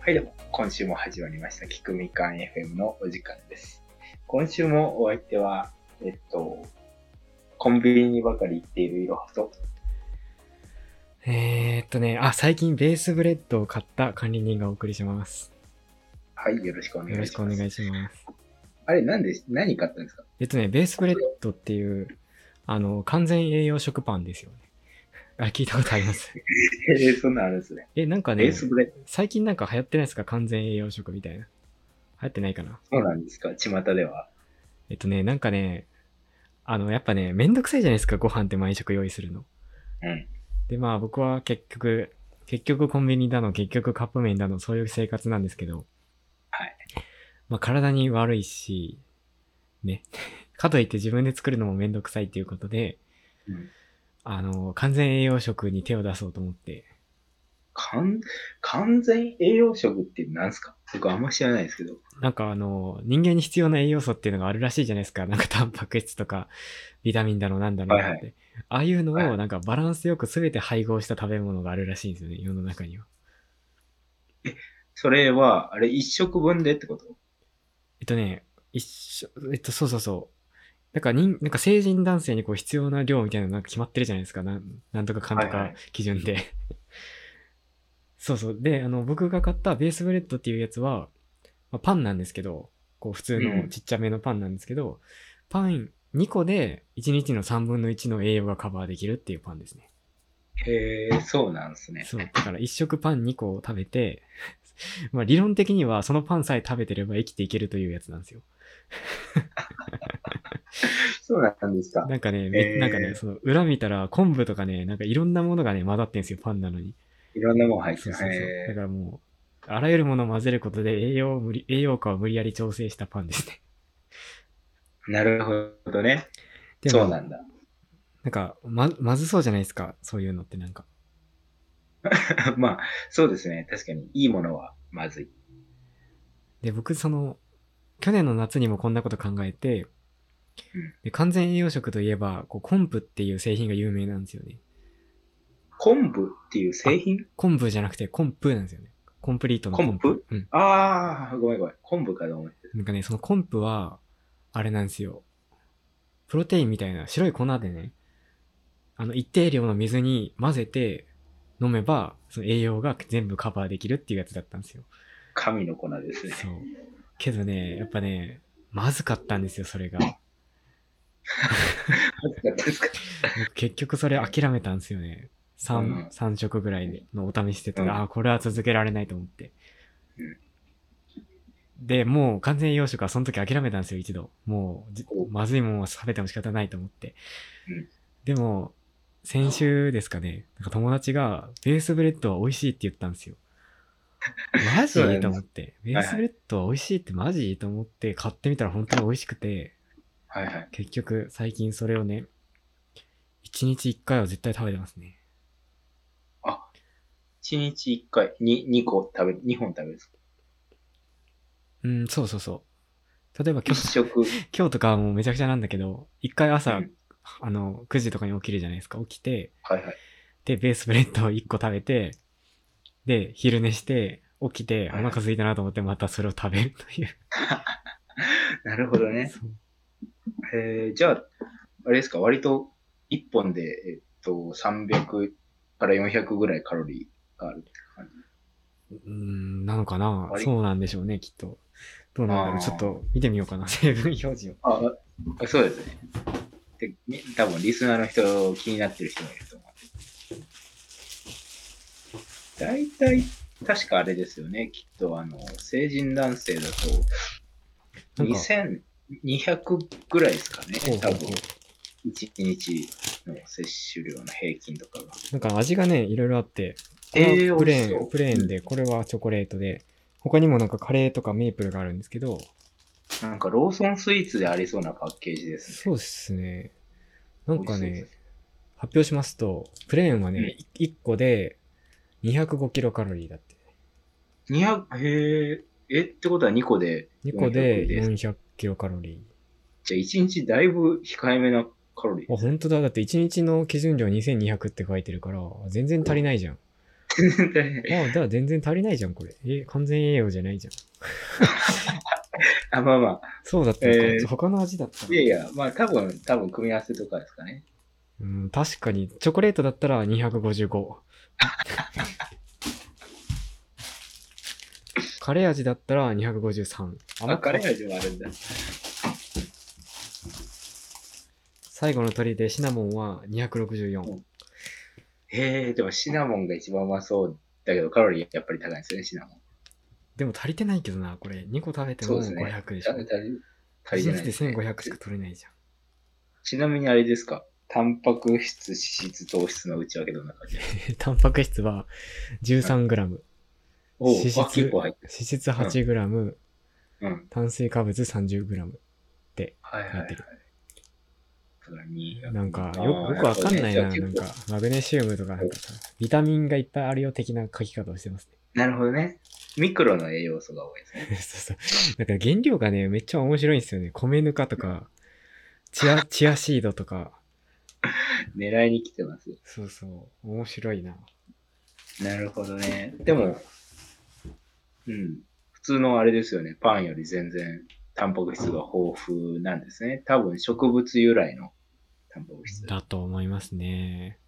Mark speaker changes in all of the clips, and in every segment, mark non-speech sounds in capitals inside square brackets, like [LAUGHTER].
Speaker 1: はい、どうも。今週も始まりました、キクミカン FM のお時間です。今週もお相手は、えっと、コンビニばかり行っているいろはと、
Speaker 2: えー、っとね、あ、最近ベースブレッドを買った管理人がお送りします。
Speaker 1: はい、よろしくお願いし
Speaker 2: よ
Speaker 1: ま
Speaker 2: ろ
Speaker 1: す。
Speaker 2: しくお願いします。
Speaker 1: あれ、なんで、何買ったんですか [LAUGHS]
Speaker 2: えっとね、ベースブレッドっていう、あの、完全栄養食パンですよね。あ、聞いたことあり
Speaker 1: [LAUGHS]
Speaker 2: ます。
Speaker 1: えー、そんなんあるんですね。
Speaker 2: え、なんか
Speaker 1: ベー
Speaker 2: ね、
Speaker 1: スブレッド。
Speaker 2: 最近なんか流行ってないですか完全栄養食みたいな。流行ってないかな
Speaker 1: そうなんですか巷では。
Speaker 2: えっとね、なんかね、あの、やっぱね、めんどくさいじゃないですか、ご飯って毎食用意するの。
Speaker 1: うん。
Speaker 2: で、まあ僕は結局、結局コンビニだの、結局カップ麺だの、そういう生活なんですけど、
Speaker 1: はい。
Speaker 2: まあ体に悪いし、ね。 [LAUGHS] かといって自分で作るのもめんどくさいっていうことで、
Speaker 1: うん
Speaker 2: あの、完全栄養食に手を出そうと思って、
Speaker 1: 完完全栄養食って何すか僕あんま知らないですけど。
Speaker 2: なんかあの、人間に必要な栄養素っていうのがあるらしいじゃないですか。なんかタンパク質とか、ビタミンだのなんだのって。
Speaker 1: はいは
Speaker 2: ああいうの
Speaker 1: はい
Speaker 2: をなんかバランスよく全て配合した食べ物があるらしいんですよね、世の中には。
Speaker 1: それは、あれ、一食分でってこと
Speaker 2: えっとね、一緒、えっと、そうそうそう。なんか人、なんか成人男性にこう必要な量みたいなのなんか決まってるじゃないですか。なんなんとかかんと
Speaker 1: はいは
Speaker 2: か
Speaker 1: い
Speaker 2: 基準で。 [LAUGHS] そうそう。で、あの、僕が買ったベースブレッドっていうやつは、まあ、パンなんですけど、こう普通
Speaker 1: うん
Speaker 2: のちっちゃめのパンなんですけど、パン2個で1日の3分の1の栄養がカバーできるっていうパンですね。
Speaker 1: へえ、そうなんですね。
Speaker 2: そう、だから一食パン2個を食べて、 [LAUGHS] まあ理論的にはそのパンさえ食べてれば生きていけるというやつなんですよ。
Speaker 1: そうなんですか。
Speaker 2: なんかね、
Speaker 1: えー
Speaker 2: みなんかね、その裏見たら昆布とかね、なんかいろんなものがね、混ざってんすよ、パンなのに。
Speaker 1: いろんなもん入って
Speaker 2: そう
Speaker 1: る。
Speaker 2: そうそう。だ
Speaker 1: へ
Speaker 2: か
Speaker 1: ー
Speaker 2: らもう、あらゆるものを混ぜることで栄養を無理、栄養価を無理やり調整したパンですね。 [LAUGHS]
Speaker 1: なるほどね。
Speaker 2: で
Speaker 1: そう
Speaker 2: ま
Speaker 1: な
Speaker 2: あ
Speaker 1: んだ。 [LAUGHS]
Speaker 2: なんか、ま、まずそうじゃないですか、そういうのってなんか。
Speaker 1: まあ、そうですね。確かに、いいものはまずい。
Speaker 2: で、僕、その、去年の夏にもこんなこと考えて
Speaker 1: うん、
Speaker 2: で完全栄養食といえば、こう、昆布っていう製品が有名なんですよね。
Speaker 1: 昆布っていう製品
Speaker 2: 昆布じゃなくて、昆布なんですよね。コンプリートの昆
Speaker 1: 昆
Speaker 2: 布。うん。
Speaker 1: ああ、ごめんごめん。昆布かと思ってた。
Speaker 2: なんかね、そのコンプは、あれなんですよ。プロテインみたいな白い粉でね、あの、一定量の水に混ぜて飲めば、その栄養が全部カバーできるっていうやつだったんですよ。
Speaker 1: 神の粉ですね。
Speaker 2: そう。けどね、やっぱね、まずかったんですよ、それが。
Speaker 1: まずかったですか [LAUGHS]
Speaker 2: 僕結局それ諦めたんですよね。
Speaker 1: うん
Speaker 2: 3、三食ぐらいのお試ししてた
Speaker 1: うん
Speaker 2: ら、ああ、これは続けられないと思って
Speaker 1: うん。
Speaker 2: で、もう完全栄養食はその時諦めたんですよ、一度。もうじ
Speaker 1: お、
Speaker 2: まずいもんは食べても仕方ないと思って
Speaker 1: うん。
Speaker 2: でも、先週ですかね、なんか友達が、ベースブレッドは美味しいって言ったん
Speaker 1: [LAUGHS]
Speaker 2: ですよ。マ
Speaker 1: そうなんです
Speaker 2: ジと思って。ベ
Speaker 1: は
Speaker 2: ー
Speaker 1: い
Speaker 2: スブレッドは美味しいってマジと思って買ってみたら本当に美味しくて、
Speaker 1: [LAUGHS] はいはい。
Speaker 2: 結局最近それをね1日1回は絶対食べてますね
Speaker 1: あ、1日1回、に2個食べ、2本食べるんですか
Speaker 2: うんそうそうそう例えば今
Speaker 1: 1
Speaker 2: 日
Speaker 1: 食。
Speaker 2: [LAUGHS] 今日とかはもうめちゃくちゃなんだけど1回朝、
Speaker 1: うん
Speaker 2: あの9時とかに起きるじゃないですか起きて
Speaker 1: はいはい。
Speaker 2: でベースブレッドを1個食べてで昼寝して起きてお
Speaker 1: はい
Speaker 2: 腹空いたなと思ってまたそれを食べると
Speaker 1: [LAUGHS]
Speaker 2: いう
Speaker 1: なるほどね。
Speaker 2: そう
Speaker 1: えー、じゃあ、あれですか、割と1本で、えっと、300から400ぐらいカロリーがあるって感じ。
Speaker 2: うんなのかな
Speaker 1: 割り
Speaker 2: そうなんでしょうねきっとどうなんだろ
Speaker 1: あ
Speaker 2: う
Speaker 1: ー
Speaker 2: ちょっと見てみようかな [LAUGHS] 成分表示を
Speaker 1: あ、あそうですね。で、ね多分リスナーの人、気になってる人もいると思う。大体、確かあれですよね。きっと、あの、成人男性だと、
Speaker 2: なんか
Speaker 1: 2200ぐらいですかね
Speaker 2: ほう。ほ
Speaker 1: 多
Speaker 2: うほう
Speaker 1: 分、1日の摂取量の平均とかが。
Speaker 2: なんか味がね、いろいろあって、こ
Speaker 1: えー
Speaker 2: れはプレ
Speaker 1: 美味し
Speaker 2: ー
Speaker 1: そう
Speaker 2: ン、プレーンで、これはチョコレートで、他にもなんかカレーとかメープルがあるんですけど、
Speaker 1: なんか、ローソンスイーツでありそうなパッケージですね。
Speaker 2: そうですね。なん
Speaker 1: 美味しそ
Speaker 2: か
Speaker 1: う
Speaker 2: ね
Speaker 1: で、す
Speaker 2: 発表しますと、プレーンは
Speaker 1: うん
Speaker 2: ね、い1個で205キロカロリーだって。
Speaker 1: 200、へえ、え、ってことは2個で
Speaker 2: 2個で
Speaker 1: 400
Speaker 2: 400キロカロリ
Speaker 1: じゃあ1日だいぶ控えめなカロリー
Speaker 2: ー。あ、本当だ。だって1日の基準量2200って書いてるから、全然足りないじゃん。ああ、だから全然足りないじゃん、これ。え、完全栄養じゃないじゃん。
Speaker 1: [LAUGHS] あ、まあまあ。
Speaker 2: そうだったのか、
Speaker 1: えー
Speaker 2: 他の味だったの
Speaker 1: いやいや、まあ多分、多分組み合わせとかですかね。
Speaker 2: うん、確かに、チョコレートだったら255。カレー味だったら253。
Speaker 1: あ、カ
Speaker 2: 甘辛
Speaker 1: レー味もあるんだ。
Speaker 2: 最後の鳥でシナモンは264。
Speaker 1: うんへえ、でもシナモンが一番うまそうだけど、カロリーやっぱり高いですよね、シナモン。
Speaker 2: でも足りてないけどな、これ。2個食べて
Speaker 1: そう
Speaker 2: も
Speaker 1: ですね
Speaker 2: 500でし
Speaker 1: 足
Speaker 2: ょ。
Speaker 1: り足り
Speaker 2: 一
Speaker 1: てな
Speaker 2: 日
Speaker 1: い
Speaker 2: で
Speaker 1: ですね
Speaker 2: 1500しか取れないじゃん。 [LAUGHS]
Speaker 1: ちなみにあれですかタンパク質、脂質、糖質の内訳どんな感じですか
Speaker 2: タンパク質は 13g、
Speaker 1: おう
Speaker 2: 脂質
Speaker 1: あ、結構入って
Speaker 2: 脂質 8g、
Speaker 1: る。うん。
Speaker 2: 炭水化物 30g
Speaker 1: はいはい
Speaker 2: な
Speaker 1: は
Speaker 2: って
Speaker 1: い
Speaker 2: る。。
Speaker 1: それに
Speaker 2: なんか
Speaker 1: あー
Speaker 2: よよくわかんない
Speaker 1: じゃあ
Speaker 2: な、
Speaker 1: 結
Speaker 2: なん
Speaker 1: 構
Speaker 2: かマグネシウムとかなんかさ、ビタミンがいっぱいあるよ的な書き方をしてます
Speaker 1: なるほどね。ミクロの栄養素が多いですね。
Speaker 2: ね。 [LAUGHS] そうそう。だから原料がね、めっちゃ面白いんですよね。米ぬかとか、
Speaker 1: [LAUGHS]
Speaker 2: チア、チアシードとか、
Speaker 1: 狙いに来てますよ。
Speaker 2: そうそう、面白いな。
Speaker 1: なるほどね。でも、うん。普通のあれですよね。パンより全然、タンパク質が豊富なんですね。多分、植物由来のタンパク質。なる
Speaker 2: だと思いますね。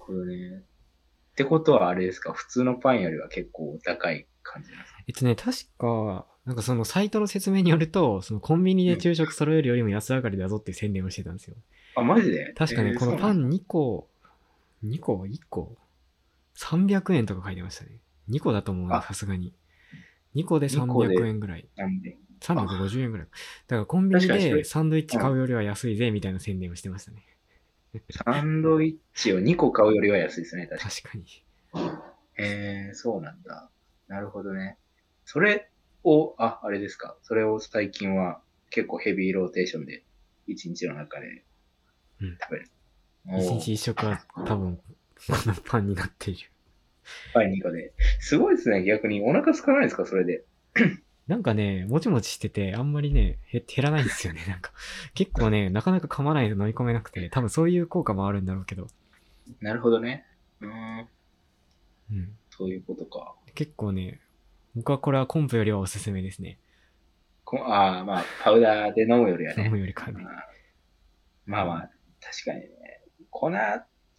Speaker 1: ほどね。ってことはあれですか普通のパンよりは結構お高い感じなんですか
Speaker 2: えっとね、確か、なんかそのサイトの説明によると、そのコンビニで昼食揃えるよりも安上がりだぞっていう宣伝をしてたんですよ。
Speaker 1: あ、マジで
Speaker 2: 確かね、
Speaker 1: えー
Speaker 2: このパ
Speaker 1: そうなんだ
Speaker 2: ン2個、2個 ?1 個 ?300 円とか書いてましたね。2個だと思うな、
Speaker 1: あ
Speaker 2: さすがに。2個で
Speaker 1: 二個で
Speaker 2: 300円ぐらい。
Speaker 1: なんで。
Speaker 2: 350円ぐらい。だからコンビニ
Speaker 1: 確かにそ
Speaker 2: で
Speaker 1: れ
Speaker 2: サンドイッチ買うよりは安いぜ、みたいな宣伝をしてましたね。
Speaker 1: サンドイッチを2個買うよりは安いですね、確か
Speaker 2: 確かに。
Speaker 1: に。へえー、そうなんだ。なるほどね。それを、あ、あれですか。それを最近は結構ヘビーローテーションで、1日の中で
Speaker 2: うん
Speaker 1: 食べる。お
Speaker 2: 1
Speaker 1: ー
Speaker 2: 日1食は多分、このパンになっている。
Speaker 1: パン2個で。すごいですね、逆に。お腹空かないですか、それで。
Speaker 2: なんかね、もちもちしてて、あんまりね、へ減らないんですよね。 [LAUGHS] なんか、結構ね、なかなか噛まないと飲み込めなくて、多分そういう効果もあるんだろうけど、
Speaker 1: なるほどね。うーん、
Speaker 2: うん。
Speaker 1: そういうことか。
Speaker 2: 結構ね、僕はこれはコンプよりはおすすめですね。
Speaker 1: こああ、まあ、パウダーで飲むよりはね
Speaker 2: 飲。むよりかはね。
Speaker 1: まあまあ、確かにね。粉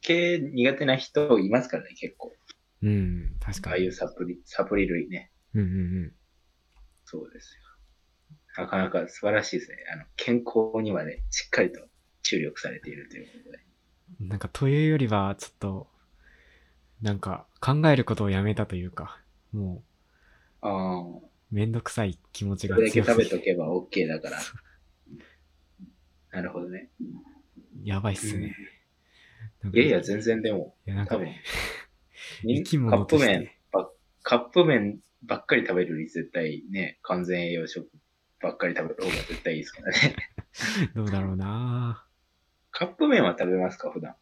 Speaker 1: 系苦手な人いますからね、結構。
Speaker 2: うん、確
Speaker 1: ああ
Speaker 2: か
Speaker 1: い
Speaker 2: に
Speaker 1: う。サプリ、サプリ類ね。
Speaker 2: うんうん
Speaker 1: そうですよ。なかなか素晴らしいですね。あの、健康にまでしっかりと注力されているということで。
Speaker 2: うん。なんか、というよりは、ちょっと、なんか、考えることをやめたというか、も
Speaker 1: ああ、
Speaker 2: う、めんどくさい気持ち
Speaker 1: そ
Speaker 2: が
Speaker 1: れだけ
Speaker 2: 強
Speaker 1: 食
Speaker 2: す
Speaker 1: べ
Speaker 2: ぎ
Speaker 1: と
Speaker 2: て、
Speaker 1: けば OK だから。なるほどね。
Speaker 2: やばいっすね。なんか
Speaker 1: いやいや、全然でも、
Speaker 2: いや、なん
Speaker 1: 多
Speaker 2: か
Speaker 1: 分
Speaker 2: ね、。
Speaker 1: み
Speaker 2: 生き
Speaker 1: カッ
Speaker 2: 物
Speaker 1: プ
Speaker 2: とし
Speaker 1: 麺、
Speaker 2: て、
Speaker 1: カップ麺ばっかり食べるより絶対ね、完全栄養食ばっかり食べる方が絶対いいですから
Speaker 2: [LAUGHS]
Speaker 1: ね。
Speaker 2: どうだろうな
Speaker 1: カップ麺は食べますか、普段。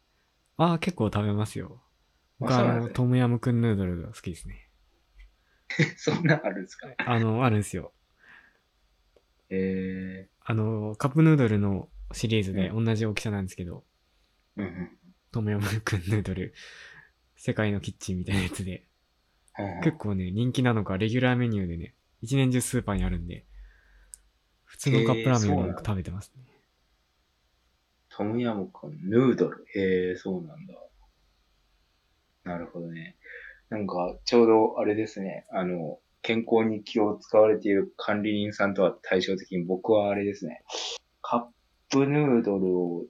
Speaker 2: ああ、結構食べますよ。僕
Speaker 1: あ
Speaker 2: は
Speaker 1: そう
Speaker 2: あ
Speaker 1: なん
Speaker 2: の、
Speaker 1: だ
Speaker 2: トムヤムクンヌードルが好きですね。
Speaker 1: そんなんあるんですか。
Speaker 2: あの、あるんですよ。
Speaker 1: え
Speaker 2: あの、カップヌードルのシリーズで同じ大きさなんですけど、
Speaker 1: ー、うんうん
Speaker 2: トムヤムクンヌードル、世界のキッチンみたいなやつで、
Speaker 1: うんうん。
Speaker 2: 結構ね、人気なのか、レギュラーメニューでね、一年中スーパーにあるんで、普通のカップラー
Speaker 1: へーそ
Speaker 2: メンより
Speaker 1: うなん
Speaker 2: 僕食べてますね。
Speaker 1: トムヤムクン、ヌードル。へえー、そうなんだ。なるほどね。なんか、ちょうどあれですね。あの、健康に気を使われている管理人さんとは対照的に僕はあれですね。カップヌードルを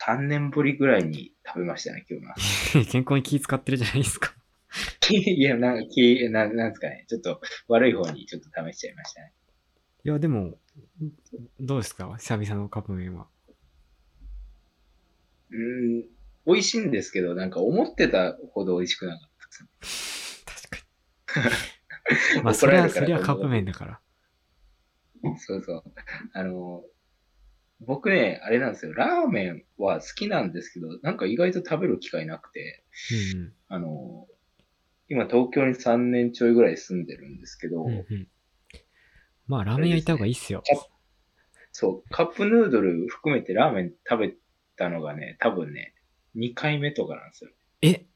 Speaker 1: 3年ぶりぐらいに食べましたね、今日は。 [LAUGHS]
Speaker 2: [LAUGHS] 健康に気使ってるじゃないですか。
Speaker 1: いや、なんか、きななんですかね。ちょっと悪い方にちょっと試しちゃいましたね。
Speaker 2: いや、でも、どうですか久々のカップ麺
Speaker 1: [LAUGHS]
Speaker 2: は。
Speaker 1: うーん、美味しいんですけど、なんか思ってたほど美味しくなかったですね。[LAUGHS]
Speaker 2: 確かに。まあ、そ
Speaker 1: 怒
Speaker 2: れ
Speaker 1: られ
Speaker 2: は、
Speaker 1: るか
Speaker 2: そ
Speaker 1: ら
Speaker 2: れはカップ麺だから。
Speaker 1: そうそう。あの、僕ね、あれなんですよ。ラーメンは好きなんですけど、なんか意外と食べる機会なくて、
Speaker 2: うんうん。
Speaker 1: あの、今東京に3年ちょいぐらい住んでるんですけど、
Speaker 2: うんうんまあ、ラーメン屋行った方がいいっすよ。
Speaker 1: あれですそう、カップヌードル含めてラーメン食べたのがね、多分ね、2回目とかなんですよ。
Speaker 2: え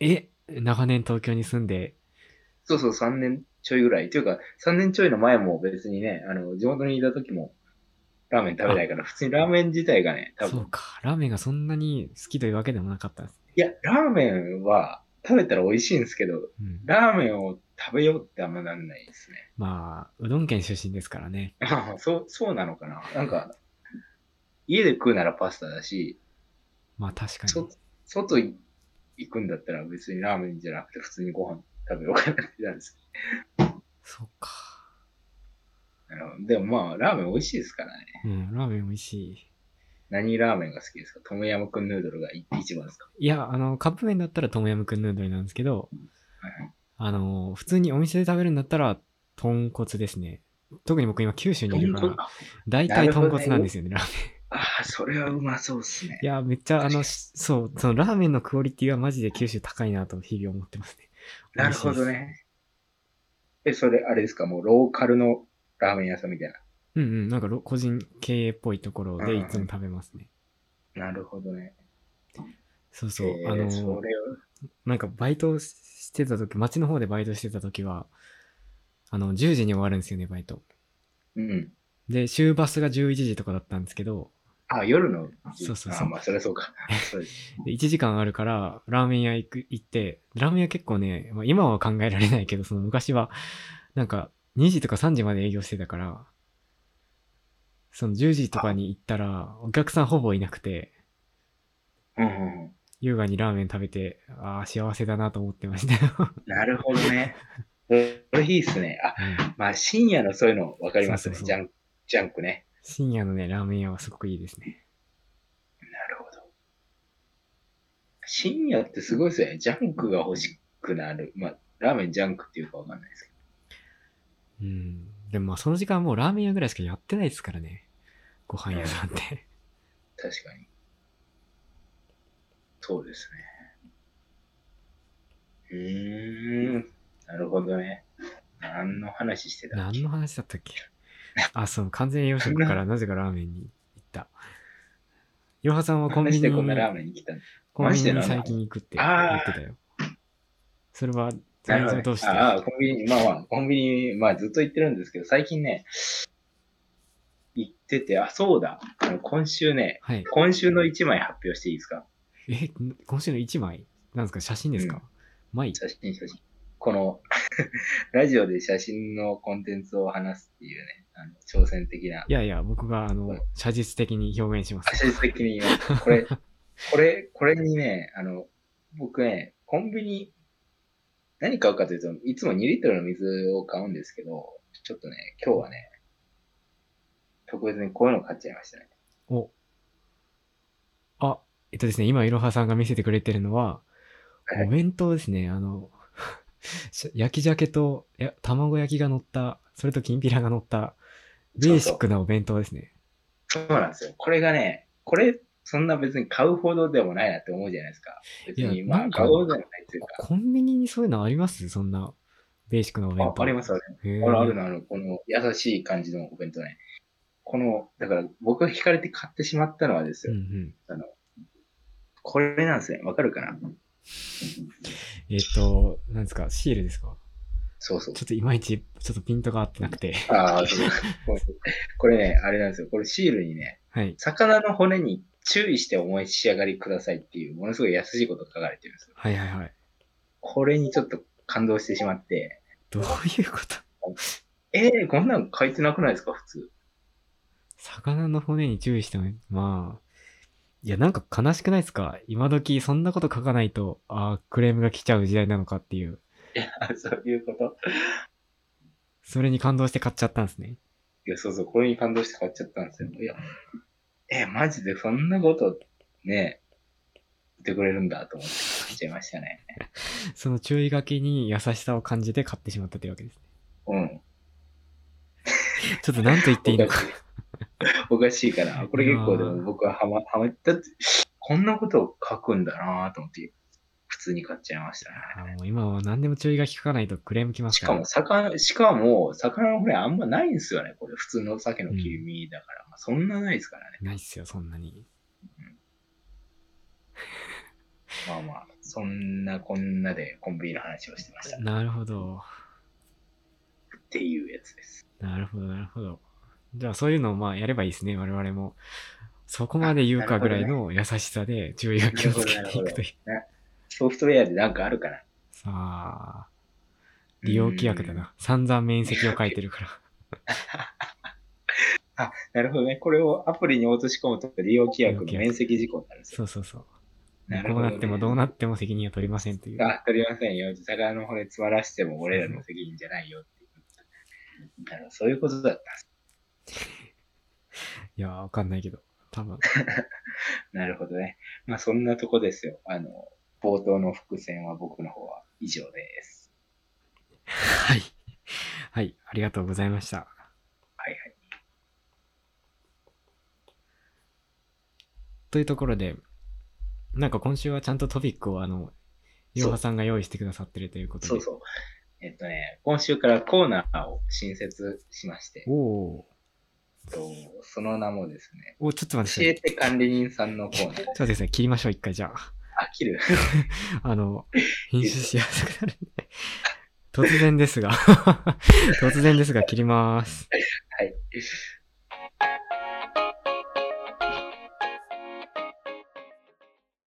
Speaker 2: え長年東京に住んで、
Speaker 1: そうそう、3年ちょいぐらい。というか、3年ちょいの前も別にね、あの、地元にいた時も、ラーメン食べないから、普通にラーメン自体がね、多
Speaker 2: そ
Speaker 1: 分
Speaker 2: う。か、ラーメンがそんなに好きというわけでもなかったんです。
Speaker 1: いや、ラーメンは食べたら美味しいんですけど、
Speaker 2: うん、
Speaker 1: ラーメンを食べようってあんまなんないですね。 [LAUGHS]
Speaker 2: まあ、うどん県出身ですからね。
Speaker 1: あそう、そうなのかな。なんか、家で食うならパスタだし、
Speaker 2: まあ確かに
Speaker 1: そ。外い行くんだったら別にラーメンじゃなくて普通にご飯食べようかなって言ったんです
Speaker 2: そうか。
Speaker 1: けどあのでもまあ、ラーメン美味しいですからね。
Speaker 2: うん、ラーメン美味しい。
Speaker 1: 何ラーメンが好きですかトムヤムクンヌードルが一一番ですか
Speaker 2: いや、あの、カップ麺だったらトムヤムクンヌードルなんですけど、
Speaker 1: はいはい
Speaker 2: あの、普通にお店で食べるんだったら、豚骨ですね。特に僕今九州にいるから、
Speaker 1: あ
Speaker 2: 大体豚骨なんですよね、ラーメン。
Speaker 1: あー、それはうまそうっすね
Speaker 2: い。や、めっちゃ、あの、しそう、そのラーメンのクオリティはマジで九州高いなと日々思ってますね。
Speaker 1: なるほどね。え、それあれですかもうローカルのラーメン屋さんみたい
Speaker 2: 美味しいです。うんうん、なんかろ個人経営っぽいところで
Speaker 1: うんうん
Speaker 2: いつも食べますね。
Speaker 1: な。なるほどね。
Speaker 2: そうそう、
Speaker 1: えー
Speaker 2: あの、
Speaker 1: それは
Speaker 2: なんかバイトしてた時、街の方でバイトしてた時は、あの、10時に終わるんですよね、バイト。
Speaker 1: うん。
Speaker 2: で、終バスが11時とかだったんですけど、
Speaker 1: あ、夜の。
Speaker 2: そうそうそう
Speaker 1: あ、まあ、それはそうか。 [LAUGHS] そうです
Speaker 2: で1時間あるから、ラーメン屋行く、行って、ラーメン屋結構ね、まあ、今は考えられないけど、その昔は、なんか、2時とか3時まで営業してたから、その10時とかに行ったら、お客さんほぼいなくて、
Speaker 1: うんうんうん。
Speaker 2: 優雅にラーメン食べて、ああ、幸せだなと思ってましたよ。
Speaker 1: なるほどね。それいいっすね。あ、まあ、深夜のそういうの分かりますね。
Speaker 2: そうそうそう
Speaker 1: ジャンジャンクね。
Speaker 2: 深夜のね、ラーメン屋はすごくいいですね。
Speaker 1: なるほど。深夜ってすごいっすよね。ジャンクが欲しくなる。まあ、ラーメンジャンクっていうか分かんないですけど。
Speaker 2: うん。でもまあ、その時間はもうラーメン屋ぐらいしかやってないですからね。ご飯屋さんって。
Speaker 1: 確かに。そうですね。うーん。なるほどね。何の話してたっけ
Speaker 2: 何の話だったっけあ、そう、完全栄養食
Speaker 1: [LAUGHS]
Speaker 2: からなぜかラーメンに行った。いろはさんはコンビ
Speaker 1: 話
Speaker 2: ニ
Speaker 1: で
Speaker 2: に、
Speaker 1: こ
Speaker 2: コ
Speaker 1: んなラー
Speaker 2: ン
Speaker 1: メンに来たんだ
Speaker 2: ビニに最近行くって言
Speaker 1: あー
Speaker 2: ってたよ。それは、そ
Speaker 1: な
Speaker 2: れ
Speaker 1: るほ
Speaker 2: はど
Speaker 1: ど
Speaker 2: う
Speaker 1: ね
Speaker 2: し。て
Speaker 1: ああ、コンビニ、まあまあ、コンビニ、まあずっと行ってるんですけど、最近ね、行ってて、あ、そうだ。あの今週ね、
Speaker 2: はい。
Speaker 1: 今週の1枚発表していいですか
Speaker 2: え、今週の1枚なんですか写真です
Speaker 1: う
Speaker 2: か枚、
Speaker 1: 写真、写真。この、 [LAUGHS] ラジオで写真のコンテンツを話すっていうね、あの挑戦的ない
Speaker 2: やいや、僕が、あの、写実的に表現しま
Speaker 1: あ
Speaker 2: す。
Speaker 1: 写実的に言いますこ
Speaker 2: [LAUGHS]
Speaker 1: れ、これ、これにね、あの、僕ね、コンビニ、何買うかというと、いつも2リットルの水を買うんですけど、ちょっとね、今日はね、特別にこういうの買っちゃいましたね。
Speaker 2: お。あ、えっとですね、今、いろはさんが見せてくれてるのは、
Speaker 1: はい
Speaker 2: お弁当ですね。あの、 [LAUGHS] し焼き鮭とや卵焼きが乗った、それときんぴらが乗った、ベーシックなお弁当ですね。
Speaker 1: そうなんですよ。これがね、これ、そんな別に買うほどでもないなって思うじゃないですか。別
Speaker 2: い
Speaker 1: に、
Speaker 2: や
Speaker 1: ま
Speaker 2: な
Speaker 1: あ、
Speaker 2: んか
Speaker 1: 買うほどでもないというか。
Speaker 2: コンビニにそういうのありますそんな、ベーシックなお弁
Speaker 1: あ
Speaker 2: 当。
Speaker 1: あります、あり
Speaker 2: へー
Speaker 1: ます。あるあるの、あるこの優しい感じのお弁当ね。この、だから僕が惹かれて買ってしまったのはです
Speaker 2: うん
Speaker 1: よ。
Speaker 2: うん。
Speaker 1: これなんですね。わかるかな
Speaker 2: えっと、なんですか、シールですか
Speaker 1: そうそう
Speaker 2: ちょ。っといまいち、ちょっとピントが合ってなくて。
Speaker 1: ああ、そうこれこれね、あれなんですよ。これシールにね、
Speaker 2: はい。
Speaker 1: 魚の骨に注意してお召し上がりくださいっていう、ものすごい優しいことが書かれてるんですよ。
Speaker 2: はいはいはい。
Speaker 1: これにちょっと感動してしまって、
Speaker 2: どういうこと
Speaker 1: えー、こんなの書いてなくないですか、普通。 [LAUGHS]
Speaker 2: 魚の骨に注意してもね、まあ、いや、なんか悲しくないですか今時そんなこと書かないと、ああ、クレームが来ちゃう時代なのかっていう。
Speaker 1: あそういうこと
Speaker 2: それに感動して買っちゃったんですね。
Speaker 1: いや、そうそう、これに感動して買っちゃったんですよ。いや、えー、マジでそんなこと、ね、言ってくれるんだと思って買っちゃいましたね。
Speaker 2: その注意書きに優しさを感じて買ってしまったというわけです。
Speaker 1: うん。
Speaker 2: ちょっと何と言っていいの
Speaker 1: [LAUGHS]
Speaker 2: か。
Speaker 1: おかしいから、これ結構でも僕はハマ、ハマったって、こんなことを書くんだなぁと思って、普通に買っちゃいましたね。
Speaker 2: あーもう今は何でも注意書き書かないとクレーム来ます
Speaker 1: し
Speaker 2: か
Speaker 1: からも、。魚、しかも、魚の骨あんまないんですよね、これ。普通の鮭の切り身だから、まあそんなないですからね。
Speaker 2: ないっすよ、そんなに。
Speaker 1: まあまあ、そんなこんなでコンビニの話をしてました。っ
Speaker 2: なるほど。
Speaker 1: ていうやつです。
Speaker 2: なるほど、なるほど。じゃあそういうのをまあやればいいですね、我々も。そこまで言うかぐらいの優しさで注意を気をつけていくという。
Speaker 1: ソフトウェアでなんかあるかな
Speaker 2: さあ、利用規約だ。な。散々面積を書いて
Speaker 1: [LAUGHS]
Speaker 2: るから。
Speaker 1: うんなるほどね。これをアプリに落とし込むと利用規約の面積事項になるんですよ。
Speaker 2: そうそうそう。
Speaker 1: なるほ
Speaker 2: こう
Speaker 1: ど
Speaker 2: な
Speaker 1: ね
Speaker 2: ってもどうなっても責任は取りませんという。
Speaker 1: あ、取りませんよ。魚の骨詰まらしても俺らの責任じゃないよっていう。なるほどそういうことだったんです。
Speaker 2: いやー、わかんないけど。多分。 [LAUGHS]
Speaker 1: なるほどね。まあそんなとこですよ。あの、冒頭の伏線は僕の方は以上です。
Speaker 2: はい。はい、ありがとうございました。
Speaker 1: はいはい。
Speaker 2: というところで、なんか今週はちゃんとトピックをあの、いろはさんが用意してくださってるということで。
Speaker 1: そうそう。えっとね、今週からコーナーを新設しまして、
Speaker 2: おー
Speaker 1: えっとその名もですね、
Speaker 2: お、ちょっと待ってくださ
Speaker 1: 教
Speaker 2: い
Speaker 1: え。て管理人さんのコーナー。
Speaker 2: ちょっとですね、切りましょう、一回じゃ
Speaker 1: [LAUGHS]
Speaker 2: あ。
Speaker 1: 飽きる。
Speaker 2: あの、編集しやすくなるん
Speaker 1: [LAUGHS]
Speaker 2: で。突然ですが、突然ですが、切ります。
Speaker 1: はい。